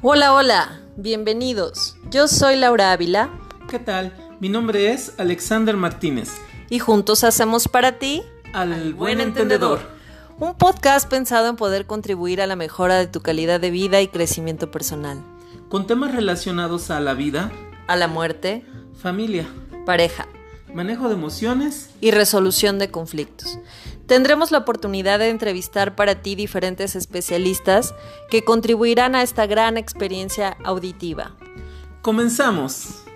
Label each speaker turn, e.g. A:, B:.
A: Hola, hola, bienvenidos. Yo soy Laura Ávila
B: ¿Qué tal? Mi nombre es Alexander Martínez.
A: y juntos hacemos para ti
B: Al, buen entendedor.
A: un podcast pensado en poder contribuir a la mejora de tu calidad de vida y crecimiento personal,
B: Con temas relacionados a la vida,
A: a la muerte,
B: familia,
A: pareja
B: manejo de emociones.
A: y resolución de conflictos. Tendremos la oportunidad de entrevistar para ti diferentes especialistas que contribuirán a esta gran experiencia auditiva.
B: Comenzamos.